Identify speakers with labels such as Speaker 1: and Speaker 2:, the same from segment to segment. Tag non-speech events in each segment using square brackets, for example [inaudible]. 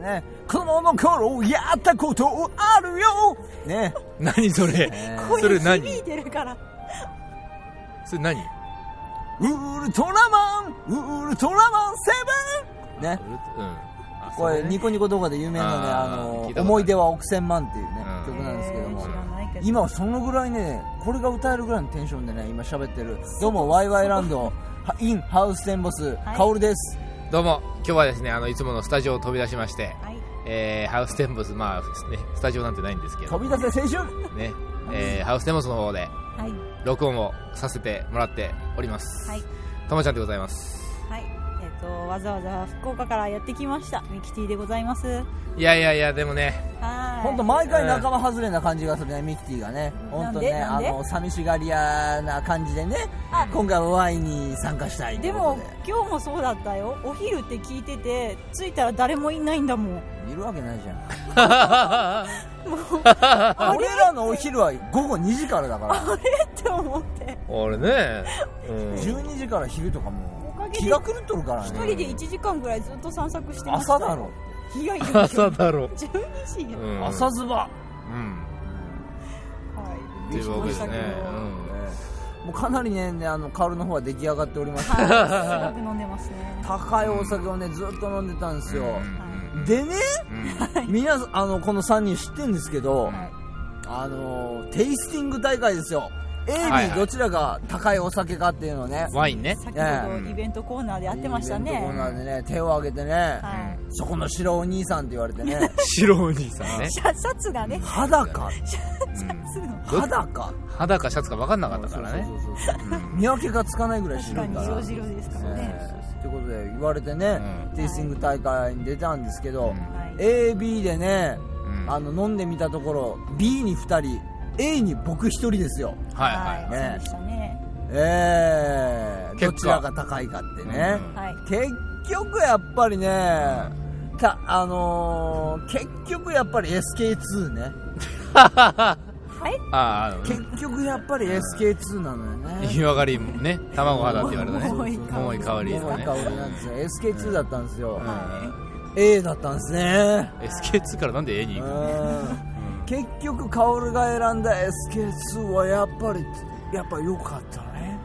Speaker 1: ね、子供の頃やったことあるよね、
Speaker 2: 何それ
Speaker 1: え
Speaker 2: こ
Speaker 1: ー
Speaker 2: それ
Speaker 3: 声
Speaker 2: 何
Speaker 3: 響いてるから。
Speaker 2: それ何
Speaker 1: ウルトラマンウルトラマンセブンね
Speaker 2: うんあ
Speaker 1: これ
Speaker 2: そね
Speaker 1: ニコニコ動画で有名なね
Speaker 2: あー
Speaker 1: あの
Speaker 2: 聞いたことある
Speaker 1: 思い出は億千万っていうね
Speaker 2: うん
Speaker 1: 曲なんですけど
Speaker 3: えー
Speaker 1: も
Speaker 3: 知らないけど。
Speaker 1: 今はそのぐらいねこれが歌えるぐらいのテンションでね今喋ってるどうもワイワイラン
Speaker 2: [laughs]
Speaker 1: ドはインハウステンボス
Speaker 3: はい
Speaker 1: カオルです
Speaker 2: どうも今日はですねあのいつものスタジオを飛び出しまして、
Speaker 3: はい。
Speaker 2: えーハウステンボスまあ、ね、スタジオなんてないんですけど
Speaker 1: 飛び出せ青春
Speaker 2: ね、えーハウステンボスの方で
Speaker 3: はい。
Speaker 2: 録音をさせてもらっております
Speaker 3: はい。
Speaker 2: ともちゃんでございます
Speaker 3: はい。えっ、と、わざわざ福岡からやってきました。ミキティでございます。はい
Speaker 2: やいやいやでもね
Speaker 3: ーい。
Speaker 1: 本当毎回仲間外れな感じがするね、ミキティがね、本当ね、
Speaker 3: な
Speaker 1: あ
Speaker 3: んでなんで
Speaker 1: の寂しがり屋な感じでね
Speaker 3: あ、
Speaker 1: 今回はワインに参加したいとい
Speaker 3: で
Speaker 1: うこ
Speaker 3: も
Speaker 1: とで、
Speaker 3: 今日もそうだったよ。お昼って聞いてて、着いたら誰もいないんだもん。 [laughs]
Speaker 1: いるわけないじゃん、
Speaker 3: もう、
Speaker 1: [laughs] 俺らのお昼は午後2時からだか
Speaker 3: あれって思って。
Speaker 2: 俺ね、う
Speaker 1: ら、
Speaker 2: ん
Speaker 1: [laughs] 12時から昼とかも
Speaker 3: おかげ
Speaker 1: う、
Speaker 3: で
Speaker 1: 気が狂っとるから
Speaker 3: 一
Speaker 1: ね、
Speaker 3: 人で1時間ぐらいずっと散策してました。
Speaker 1: 朝だろ、
Speaker 3: いやい
Speaker 2: [laughs]
Speaker 3: や。
Speaker 2: 朝だろ
Speaker 3: 12時や。
Speaker 2: うん
Speaker 1: 朝ズバ、
Speaker 2: うん
Speaker 3: はい。
Speaker 2: っていうわけですね、うん
Speaker 1: ねもうかなりね、ねあのカールの方は出来上がっておりまして、
Speaker 3: はい。すごく飲んでますね。
Speaker 1: 高いお酒をね、ずっと飲んでたんですよ。
Speaker 2: うん
Speaker 1: でね、
Speaker 2: う
Speaker 1: [laughs]
Speaker 2: ん
Speaker 1: 皆さん、あの、この3人知ってんですけど、あのーテイスティング大会ですよ A、
Speaker 2: はいは
Speaker 1: B
Speaker 2: い
Speaker 1: どちらが高いお酒かっていうのをね
Speaker 2: ワインね
Speaker 3: 先ほどイベントコーナーでやってました
Speaker 1: イベントコー
Speaker 3: ね。
Speaker 1: ナーでね手を挙げてね、
Speaker 3: はい。
Speaker 1: そこの白お兄さんって言われてね
Speaker 2: 白お兄さんね
Speaker 3: シャシャツがね、
Speaker 1: 裸
Speaker 3: シャシャツの。
Speaker 1: 裸
Speaker 2: 肌かシャツか分かんなかったからね
Speaker 1: そうそうそうそう
Speaker 2: うん
Speaker 1: 見分けがつかないぐらい
Speaker 3: 確
Speaker 1: 白
Speaker 3: か
Speaker 1: い
Speaker 3: に
Speaker 1: から
Speaker 3: 色白ですからね。
Speaker 1: ええということで言われてね、
Speaker 2: う
Speaker 1: テイスティング大会に出たんですけど、
Speaker 2: うん
Speaker 3: はい。
Speaker 1: AB でね、
Speaker 2: うん
Speaker 1: あの飲んでみたところ B に2人 A に僕1人ですよ
Speaker 2: はいはい
Speaker 1: はい
Speaker 3: そうでしたね。
Speaker 1: ええ
Speaker 2: 結
Speaker 1: ど
Speaker 2: 果
Speaker 1: ちらが高いかってね、
Speaker 2: うん
Speaker 3: はい。
Speaker 1: 結局やっぱりね、たあのー結局やっぱり SK2 ね
Speaker 3: はい。
Speaker 2: ああ、
Speaker 1: 結局やっぱり SK2 なのよね
Speaker 2: [laughs] 湯上がりもね、卵肌って言わ
Speaker 1: [laughs]
Speaker 2: れたね。
Speaker 3: 重い香り
Speaker 2: 重い香りです
Speaker 1: 桃
Speaker 2: ね
Speaker 1: 井。香りなんですよ SK2 だったんですよ、
Speaker 2: うん
Speaker 1: A だったんですね
Speaker 2: SK2 からなんで A に
Speaker 1: う
Speaker 2: 行く
Speaker 1: ん結局薫が選んだ SK2 はやっぱりやっぱ良かったね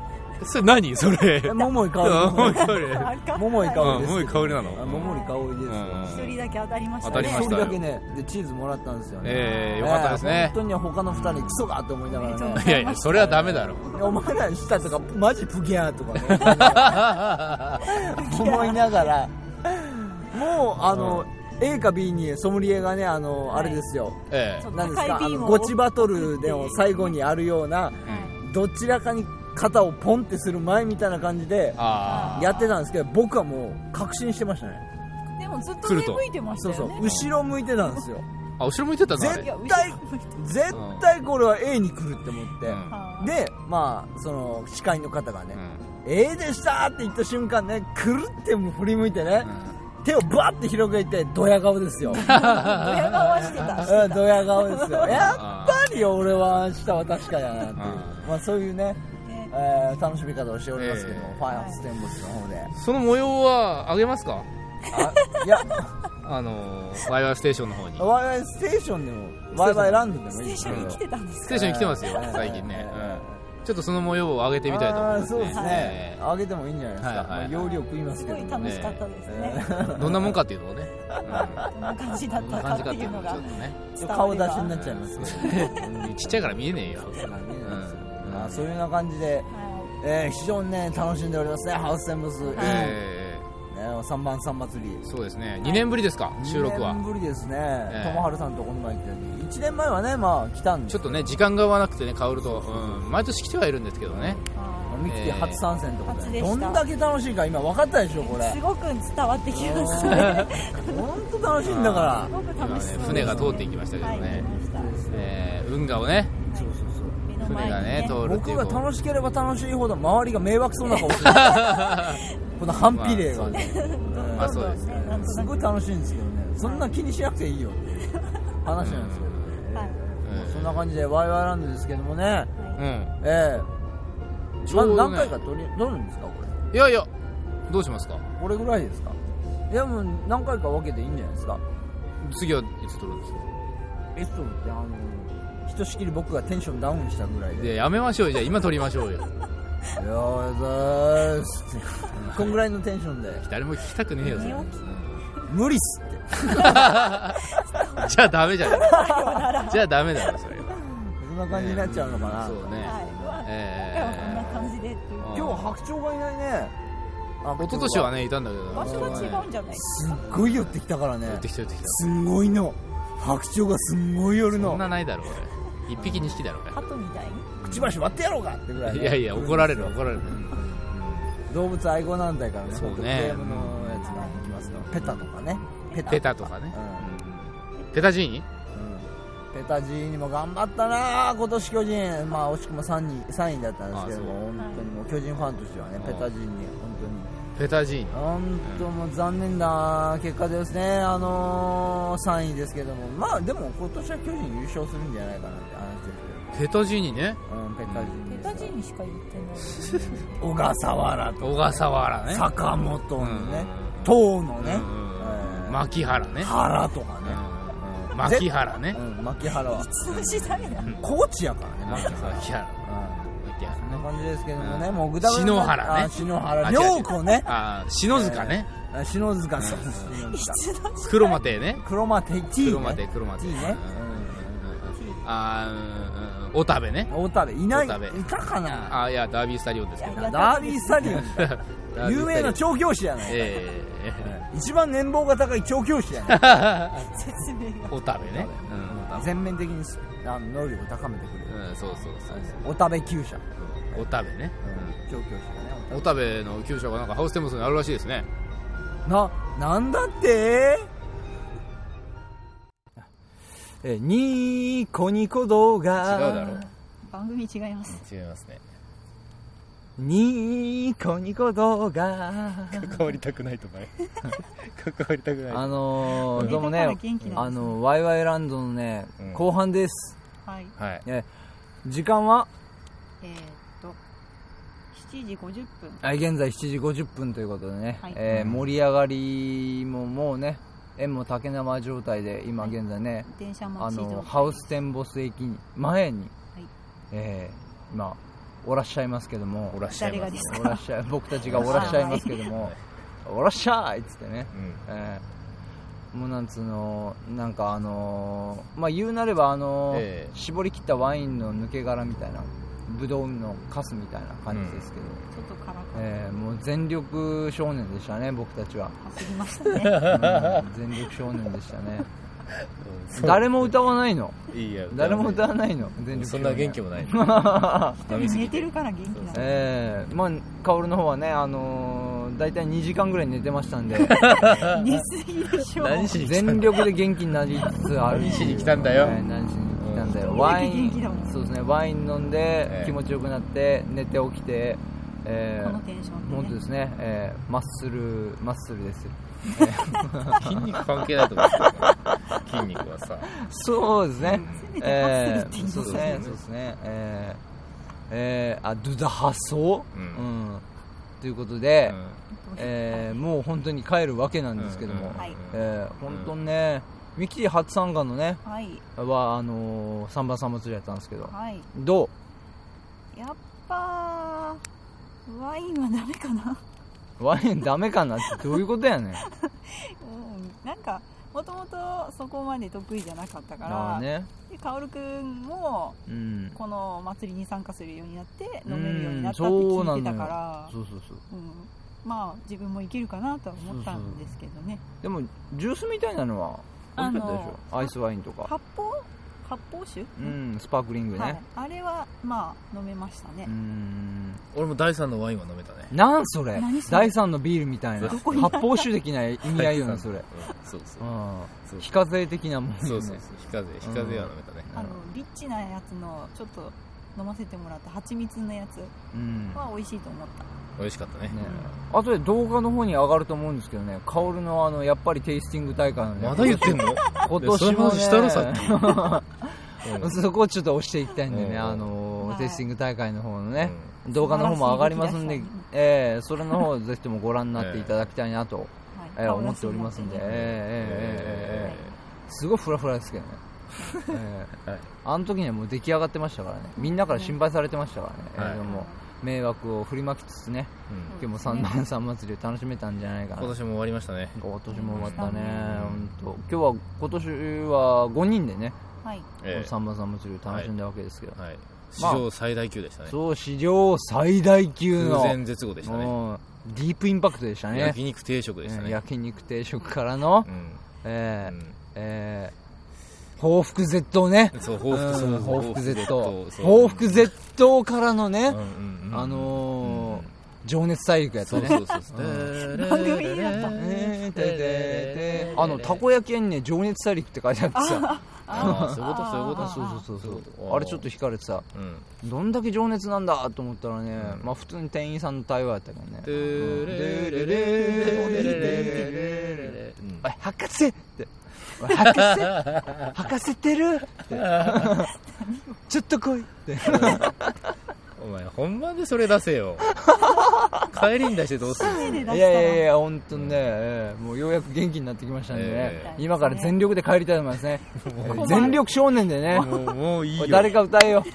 Speaker 2: それ何それ。
Speaker 1: え桃井
Speaker 2: 重
Speaker 1: 香
Speaker 2: い香り。
Speaker 3: あれか。
Speaker 1: 桃井香
Speaker 2: う
Speaker 1: り
Speaker 2: ん
Speaker 1: です
Speaker 2: 重い香りな
Speaker 1: りあ
Speaker 2: の。
Speaker 1: 桃井香りですよ
Speaker 3: 一人だけ当たりました
Speaker 2: 当
Speaker 3: ね。
Speaker 2: たりま
Speaker 1: 一
Speaker 2: した
Speaker 1: 人
Speaker 2: よ
Speaker 1: だけねでチーズもらったんですよね
Speaker 2: ええ、よかったです
Speaker 1: ええ
Speaker 2: ね
Speaker 1: 本。当に他の2人クソかと思いながらね
Speaker 2: いやいや、それはダメだろ。
Speaker 1: お前らしたとかマジプギャーとかね
Speaker 3: [laughs]
Speaker 1: 思いながらもうあの、A か B にソムリエがねあの、
Speaker 3: はい
Speaker 1: あれですよ
Speaker 2: え
Speaker 3: そう
Speaker 1: 何ですか
Speaker 3: 高
Speaker 1: あ
Speaker 3: い B
Speaker 1: の
Speaker 3: も
Speaker 1: ゴチバトルでも最後にあるような
Speaker 2: え。うん
Speaker 1: どちらかに肩をポンってする前みたいな感じで
Speaker 2: あ
Speaker 1: やってたんですけど僕はもう確信してましたね
Speaker 3: でもずっと上向いてました
Speaker 1: そうそ
Speaker 3: よ
Speaker 1: う
Speaker 3: ね。
Speaker 1: 後ろ向いてたんですよ
Speaker 2: あ。あ、後ろ向いてたのあ
Speaker 1: そう
Speaker 2: れ。
Speaker 3: 後
Speaker 1: 絶対
Speaker 3: ろ向いて
Speaker 1: 絶対これは A に来るって思って、
Speaker 2: うん
Speaker 3: は
Speaker 1: でまあその司会の方がね、
Speaker 2: うん
Speaker 1: ええでしたって言った瞬間ね、くるってもう振り向いてね、
Speaker 2: う
Speaker 1: 手をバーって広げて、ドヤ顔
Speaker 2: [laughs]
Speaker 1: ですよ。
Speaker 3: い。親顔はしてた。
Speaker 1: うん、ドヤ顔ですよ。やっぱり俺は明日は確かやなっていう。まあそういうね、
Speaker 3: ね
Speaker 1: えー楽しみ方をしておりますけども、
Speaker 2: ええ
Speaker 1: ファイアンステンボスの方で。
Speaker 2: んその模様はあげますか
Speaker 1: あいや、
Speaker 2: あのー、ワイワイステーションの方に。
Speaker 1: ワイワイステーションでも、ワイワイランドで
Speaker 3: ス
Speaker 1: も
Speaker 3: テ
Speaker 1: いい
Speaker 3: ー
Speaker 1: です
Speaker 3: シ
Speaker 1: け
Speaker 3: ョン
Speaker 1: ど
Speaker 3: に来。てたんです
Speaker 2: ス
Speaker 3: か
Speaker 2: テーション来てますよ
Speaker 1: ええ、
Speaker 2: 最近ね。
Speaker 1: え
Speaker 2: うん
Speaker 1: え
Speaker 2: ちょっとその模様を上げてみたいと思い
Speaker 1: あ
Speaker 2: ま
Speaker 1: ー
Speaker 2: す
Speaker 1: そう
Speaker 2: ね。
Speaker 1: です
Speaker 2: え
Speaker 1: ね
Speaker 2: え。
Speaker 1: あげてもいいんじゃないですか。
Speaker 2: はいはいはい
Speaker 1: まあ料理を食いますすけ
Speaker 3: ご
Speaker 1: ど
Speaker 3: い
Speaker 1: も
Speaker 3: 楽
Speaker 1: ね。
Speaker 3: しかったです
Speaker 1: え
Speaker 3: ね。
Speaker 1: ー
Speaker 2: どんなもんかっていうのをね、
Speaker 3: どんな感じだ
Speaker 2: う
Speaker 3: っ
Speaker 2: ん、どん
Speaker 3: た
Speaker 2: な感
Speaker 3: か
Speaker 2: じかっ
Speaker 3: って
Speaker 2: て
Speaker 3: い
Speaker 2: いう
Speaker 3: う
Speaker 2: の
Speaker 3: の
Speaker 2: が
Speaker 3: が
Speaker 2: ちょっとね、
Speaker 3: 伝わ
Speaker 1: 顔
Speaker 3: れ
Speaker 1: 出し
Speaker 3: ば
Speaker 1: になっちゃいますけど。
Speaker 2: ちっちゃいから見えねえよ。うん
Speaker 1: まあそういうような感じで、
Speaker 3: は
Speaker 1: えー非常にね楽しんでおりますねハウステンボス、ね
Speaker 2: え
Speaker 1: 三番三祭り
Speaker 2: ー、そうですね、2年ぶりですか、収録は
Speaker 1: 2。年ぶりですね
Speaker 2: え
Speaker 1: 友春、さんとこの前行ったように1年前はねまあ来たんで
Speaker 2: ちょっとね、時間が合わなくてね、薫と、うん、毎年来てはいるんですけどね。
Speaker 3: い
Speaker 1: ミキティ初参戦ってことで、
Speaker 3: 初でした
Speaker 1: どんだけ楽しいか今分かったでしょこ
Speaker 3: はい。
Speaker 1: れ
Speaker 3: すごく伝わってきましたね。
Speaker 1: 本当楽しいんだか
Speaker 2: [laughs]
Speaker 3: すごく楽しそうです
Speaker 2: 今ね船が通っていきましたけどね
Speaker 3: はい行きました
Speaker 2: えー、運河をね、
Speaker 1: らそうそうそう
Speaker 3: 目の
Speaker 2: 船がね、
Speaker 3: 前にね
Speaker 2: 通るって
Speaker 1: 僕
Speaker 2: いう。
Speaker 1: が
Speaker 2: こ
Speaker 1: 楽しければ楽しいほど周りが迷惑そうな
Speaker 2: [laughs]
Speaker 1: 顔してるこの反比例が、
Speaker 2: まあ
Speaker 1: ね
Speaker 2: まあそうですね
Speaker 3: なんと
Speaker 1: す
Speaker 3: なく
Speaker 1: ごい楽しいんですけどねそんな気にしなくていいよっていう話なんですけどね、
Speaker 3: はい
Speaker 2: うん
Speaker 1: そんな感じでワイワイランドですけどもね
Speaker 2: う
Speaker 3: はい
Speaker 2: ん。
Speaker 1: ええ
Speaker 2: ちょ
Speaker 1: ま
Speaker 2: うど
Speaker 1: 何
Speaker 2: ね
Speaker 1: 回か取り取るんですかこれ
Speaker 2: いやいや、どうしますか
Speaker 1: これぐらいですかいやもう何回か分けていいんじゃないですか
Speaker 2: 次はいつ取るんですか
Speaker 1: えっとってあのひとしきり僕がテンションダウンしたぐらいで
Speaker 2: でやめましょうよじゃあ今取りましょうよ
Speaker 1: 「いやおはようございます」ってこんぐらいのテンションで
Speaker 2: 誰も聞きたくねえよそれ
Speaker 3: 寝起
Speaker 1: 「無理っす」って
Speaker 2: じゃあダメじゃんじゃあダメだ
Speaker 1: [laughs]
Speaker 2: よそれは
Speaker 1: そんな感じになっちゃうのかな、
Speaker 2: そうね、
Speaker 3: はい
Speaker 2: え
Speaker 3: 今回はこんな感じでっていう
Speaker 1: 今日白鳥がいないねあ
Speaker 2: 一昨年はねいたんだけど
Speaker 3: 場所が違うん
Speaker 2: ね
Speaker 3: じゃないです
Speaker 1: すっごい寄ってきたからね
Speaker 2: 寄ってきた寄ってきた
Speaker 1: すんごいの白鳥がすんごい寄る
Speaker 2: そ
Speaker 1: の
Speaker 2: んなないだろ俺一匹二匹だろ
Speaker 3: か鳩みたいに
Speaker 1: くちばし割ってやろうかってぐらい
Speaker 2: 俺
Speaker 1: ね、
Speaker 2: いやいや怒られる怒られる
Speaker 1: 動物愛護団体からね
Speaker 2: そうね
Speaker 1: 本当にゲームのやつが行きますからペタとかねペタ
Speaker 2: ペタとかね
Speaker 1: うん
Speaker 2: ペタジーニ
Speaker 1: ペタジーにも頑張ったなあ今年巨人、まあ、惜しくも 3, 位3位だったんですけども
Speaker 2: あ
Speaker 3: そ
Speaker 1: 本当
Speaker 3: う
Speaker 1: にもう巨人ファンとしてはね
Speaker 2: うん
Speaker 1: ペタジーに
Speaker 2: ペタジーニ
Speaker 1: 本当に本当もう残念な結果ですね、あのー、3位ですけども、まあでも今年は巨人優勝するんじゃないかなって話です
Speaker 2: ペタジーニね
Speaker 1: けど、うん、ペタジー
Speaker 3: ペ
Speaker 1: に
Speaker 3: タジーニしか言ってない
Speaker 1: 小笠原と
Speaker 2: 小笠原ね
Speaker 1: 坂本のね
Speaker 2: うん
Speaker 1: 遠野ね、
Speaker 2: う
Speaker 1: え
Speaker 2: ん
Speaker 1: ー
Speaker 2: 牧原ね
Speaker 1: 原とかね、う
Speaker 2: う
Speaker 1: んん
Speaker 2: 牧原ね
Speaker 1: うん、牧原は
Speaker 3: 通じたいな
Speaker 1: 高知やからね
Speaker 2: 牧
Speaker 1: 牧
Speaker 2: 原牧原
Speaker 1: 原、うん
Speaker 2: 牧原
Speaker 1: そんな感じですけどもね、
Speaker 2: うん
Speaker 1: もうぐだぐだになっ
Speaker 2: 篠原ね
Speaker 1: あ篠原
Speaker 2: あ違う違う
Speaker 1: 涼子ね
Speaker 2: あー篠塚ね
Speaker 1: あ篠塚さん篠塚
Speaker 2: 黒マテね
Speaker 1: 黒マテ T ね
Speaker 2: 黒マテ黒マテ
Speaker 1: T ね
Speaker 2: あーうんうん小田部ね
Speaker 1: うん大田部いないい
Speaker 2: 大田部
Speaker 1: たかな
Speaker 2: あーいやダービースタリオンですけど
Speaker 1: ダービースタリオン
Speaker 2: [laughs] ダービースタリオ
Speaker 1: [laughs]
Speaker 2: ン
Speaker 1: 有名な調教師やね
Speaker 2: ええ
Speaker 1: 一番年俸が高い調教師やね
Speaker 3: 説明が
Speaker 2: 小田部ね
Speaker 1: 全面的にあの能力を高めてくれる
Speaker 2: うんうんそうそうそう
Speaker 1: おたべ厩舎
Speaker 2: そう小田部ね
Speaker 1: うん調教師だね
Speaker 2: 小田部の厩舎がなんかハウステムスにあるらしいですね
Speaker 1: な、なんだってえ、ニコニコ動
Speaker 2: 違うだ
Speaker 1: 画。
Speaker 2: ろう
Speaker 3: 番組違います
Speaker 2: 違いますね
Speaker 1: ニコニコ動画。
Speaker 2: [laughs] 関わりたくないとか [laughs] ね関わりたくな
Speaker 1: あのー、どうも
Speaker 3: ネタ
Speaker 1: ね
Speaker 3: から元気、な
Speaker 1: あ
Speaker 3: んですね
Speaker 1: の、ワイワイランドのね
Speaker 2: うん、
Speaker 1: 後半です。
Speaker 3: はい
Speaker 2: はい
Speaker 1: え、時間は、
Speaker 3: えー、っと7時50分
Speaker 1: あ現在7時50分ということでね
Speaker 3: はい、
Speaker 1: えー盛り上がりももうね、縁も竹生状態で、今現在ね、
Speaker 3: 電車
Speaker 1: あ
Speaker 3: 待ち
Speaker 1: の
Speaker 3: と
Speaker 1: ハウステンボス駅に前に、
Speaker 3: い
Speaker 1: えー今おらっしゃいますけども
Speaker 2: おらっしゃいま
Speaker 3: 誰がですす
Speaker 1: おらっしゃい僕たちがおらっしゃいますけどもおらっしゃいっつってね、
Speaker 2: うん
Speaker 1: えーもうなんつうのなんかあのーまあ言うなればあのー
Speaker 2: ええ
Speaker 1: 絞り切ったワインの抜け殻みたいなブドウのカスみたいな感じですけど、
Speaker 3: ちょっとからか
Speaker 1: えーもう全力少年でしたね僕た
Speaker 2: [laughs]
Speaker 1: ちは、
Speaker 3: 走りました
Speaker 1: [laughs]
Speaker 3: ね
Speaker 1: うん全力少年でしたね誰も歌わないの
Speaker 2: いいや
Speaker 1: 誰も歌わないの全力
Speaker 2: そんな元気もない [laughs]
Speaker 3: 一人寝てるから元気なの
Speaker 1: ええまあ薫の方はねあのー、大体2時間ぐらい寝てましたん
Speaker 2: [laughs]
Speaker 1: で
Speaker 3: 寝すぎでしょ
Speaker 2: 何しに来たんだ
Speaker 1: 全力で元気になりつつある
Speaker 2: 何しに来たんだよ
Speaker 1: ええ何しに来たんだよ、
Speaker 3: うん
Speaker 1: ワイ
Speaker 3: 一人だけ元気だも
Speaker 1: ン
Speaker 3: ん
Speaker 1: そうですねワイン飲ん
Speaker 2: え
Speaker 1: で
Speaker 2: え
Speaker 1: 気持ちよくなって寝て起きてえ
Speaker 3: この
Speaker 1: え
Speaker 3: テンショ
Speaker 1: 本当
Speaker 3: ンで
Speaker 1: で
Speaker 3: ね
Speaker 1: すね、ええマッスルマッスルです
Speaker 2: 筋肉関係ないと思うんですけど筋肉はさ
Speaker 1: そうですね
Speaker 3: せめて
Speaker 1: え
Speaker 3: マ
Speaker 1: え
Speaker 3: ッスルって言いなさ
Speaker 1: そで
Speaker 3: いう
Speaker 1: すねそうですねええええあドゥダハソ
Speaker 2: う
Speaker 1: うんん、ということで、
Speaker 2: うん
Speaker 1: えーもう本当に帰るわけなんですけども、
Speaker 2: うん
Speaker 3: はい
Speaker 1: えー本当にね、ミキティ初参加のね
Speaker 3: はい
Speaker 1: はあのー、三番さん祭りやったんですけど
Speaker 3: はい
Speaker 1: どう
Speaker 3: やっぱワインはダメかな [laughs]
Speaker 1: ワインダメかなってどういうことやねん
Speaker 3: うんなんかもともとそこまで得意じゃなかったから
Speaker 1: まあね
Speaker 3: で薫くんも
Speaker 1: うん
Speaker 3: この祭りに参加するようになって
Speaker 1: う
Speaker 3: 飲めるようになっ
Speaker 1: ん
Speaker 3: たって
Speaker 1: そうな
Speaker 3: 聞
Speaker 1: の
Speaker 3: い
Speaker 1: よ
Speaker 3: てたから
Speaker 1: そうそうそう
Speaker 3: うんまあ自分もいけるかなとは思ったんですけどね
Speaker 1: でもジュースみたいなのは美味しかったでしょアイスワインとか
Speaker 3: 発泡発泡酒、
Speaker 1: うんスパークリングね、
Speaker 3: はい、あれはまあ飲めましたね
Speaker 1: う、ん
Speaker 2: 俺も第三のワインは飲めたね
Speaker 1: なんそれ
Speaker 3: 何それ
Speaker 1: 第三のビールみたいな
Speaker 2: ど
Speaker 1: 発
Speaker 3: こにあった
Speaker 1: 泡酒できない意味合いよなそれ、、
Speaker 2: そうそううんそう
Speaker 1: 非課税的なもんね
Speaker 2: そうそうそう非課税非課税は飲めたね
Speaker 3: あのリッチなやつのちょっと飲ませてもらった蜂蜜のやつ
Speaker 1: うん
Speaker 3: は美味しいと思った
Speaker 2: 美味しかったね
Speaker 1: ね、あとで動画の方に上がると思うんですけどね、カオルのあのやっぱりテイスティング大会のね、
Speaker 2: まだ言ってんの
Speaker 1: 今年も、ね、
Speaker 2: その話したろ
Speaker 1: [laughs] うんそこをちょっと押していきたいんでね、
Speaker 2: うん
Speaker 1: あのー
Speaker 3: はい
Speaker 1: テイスティング大会の方のね、動画の方も上がりますんで
Speaker 3: 素晴らしい動き、
Speaker 1: えーそれの方をぜひともご覧になっていただきたいなと
Speaker 3: はい
Speaker 1: えー思っておりますんで、えーえーえーえーえーすごいフラフラです
Speaker 2: [laughs]
Speaker 1: けどね、えーあの時にはもう出来上がってましたからねみんなから心配されてましたからね、
Speaker 2: はい
Speaker 1: えーでも迷惑を振りまきつつね、
Speaker 2: うん
Speaker 1: 今日も三男三祭りを楽しめたんじゃないかな
Speaker 2: 今年も終わりましたね
Speaker 1: 今年も終わったね、本当今日は今年は5人でね、
Speaker 3: はい
Speaker 2: ええ
Speaker 1: 三番三祭りを楽しんだわけですけど、
Speaker 2: はい史上最大級でしたね
Speaker 1: そう史上最大級の
Speaker 2: 空前絶後でしたね
Speaker 1: うんディープインパクトでしたね
Speaker 2: 焼肉定食でした
Speaker 1: うん
Speaker 2: ね
Speaker 1: 焼肉定食からの、
Speaker 2: うん
Speaker 1: えー
Speaker 2: うん
Speaker 1: えー報復 Z ね
Speaker 2: そう報復そう
Speaker 1: うん報復 Z 報
Speaker 2: 報
Speaker 1: 復
Speaker 2: 復
Speaker 1: Z からのね、
Speaker 2: うんうんうん
Speaker 1: あのー情熱大陸やった
Speaker 2: そう
Speaker 1: ね
Speaker 2: そうそうそう
Speaker 3: 番組になった
Speaker 1: えーてててあのたこ焼き屋にね情熱大陸って書いてあってさ
Speaker 2: あーそういうことそういうこと
Speaker 1: そうそうそうそう
Speaker 2: [laughs] あー
Speaker 1: あれちょっと惹かれてさ
Speaker 2: うん
Speaker 1: どんだけ情熱なんだと思ったらね、まあ普通に店員さんの対話やったけどね「おい博士!」って「おい
Speaker 2: [laughs]
Speaker 1: 博士博士てる!」って「ちょっと来い!」って
Speaker 2: お前本番でそれ出
Speaker 1: [laughs]
Speaker 2: せよ帰りに出してどうする
Speaker 3: 手で出したら
Speaker 1: いやいやいや本当にね、ええもうようやく元気になってきましたんでね、
Speaker 2: え
Speaker 3: え
Speaker 1: 今から全力で帰りたいと思いますね全力少年でね
Speaker 2: もうもういい
Speaker 1: お
Speaker 2: よ
Speaker 1: い誰か歌えよ、
Speaker 2: もう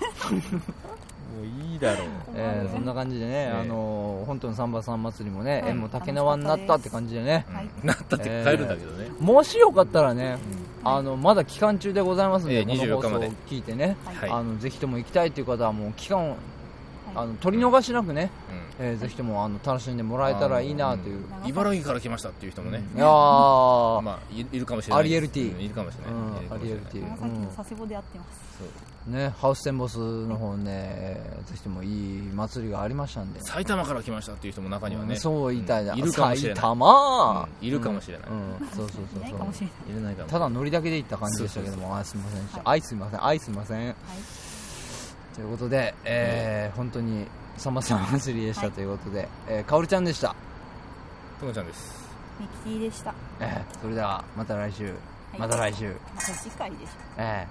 Speaker 2: いいだろう
Speaker 1: ええそんな感じでね、あの本当の三番さん祭りもね、
Speaker 3: はい
Speaker 1: 縁も竹縄になったって感じでね、
Speaker 3: はい
Speaker 2: なったって帰るんだけどね
Speaker 1: もしよかったらね、あのまだ期間中でございますので、
Speaker 2: ええ
Speaker 1: この
Speaker 2: 24
Speaker 1: 放送
Speaker 2: 日ま
Speaker 1: を
Speaker 2: で
Speaker 1: 聞いてね、
Speaker 2: はい
Speaker 1: あのぜひとも行きたいという方はもう期間をあの取り逃しなくね、えーぜひともあの楽しんでもらえたらいいなという、
Speaker 2: うん茨城から来ましたっていう人もね
Speaker 1: いやー、
Speaker 2: まあいいるかもしれない
Speaker 1: アリエルティ
Speaker 2: うんいるかもしれ
Speaker 1: うん
Speaker 2: ないいるかもし
Speaker 1: アリ
Speaker 2: れない
Speaker 1: エルティ
Speaker 3: 長崎の佐世保でやってます
Speaker 2: そう
Speaker 1: ね、ハウステンボスの方ね、えーぜひともいい祭りがありましたんで、
Speaker 2: 埼玉から来ましたっていう人も中にはね
Speaker 1: そう言いたいな、
Speaker 2: うんいるかもし
Speaker 1: 埼
Speaker 2: れない
Speaker 1: 玉、
Speaker 2: うんいるかもしれない
Speaker 1: うんそうそうそう
Speaker 3: いない
Speaker 1: そう
Speaker 3: かもしれない
Speaker 2: いれないかも
Speaker 1: ただノリだけで行った感じでしたけどもあーすみませんでした、あいすみませんあいすみません
Speaker 3: はい
Speaker 1: ということで、えー本当にさまざま祭りでしたということで、えーかおりちゃんでした、
Speaker 2: ともちゃんです
Speaker 3: ミキティでした
Speaker 1: えーそれではまた来週
Speaker 3: い
Speaker 1: また来週、
Speaker 3: また次回でしょ
Speaker 1: え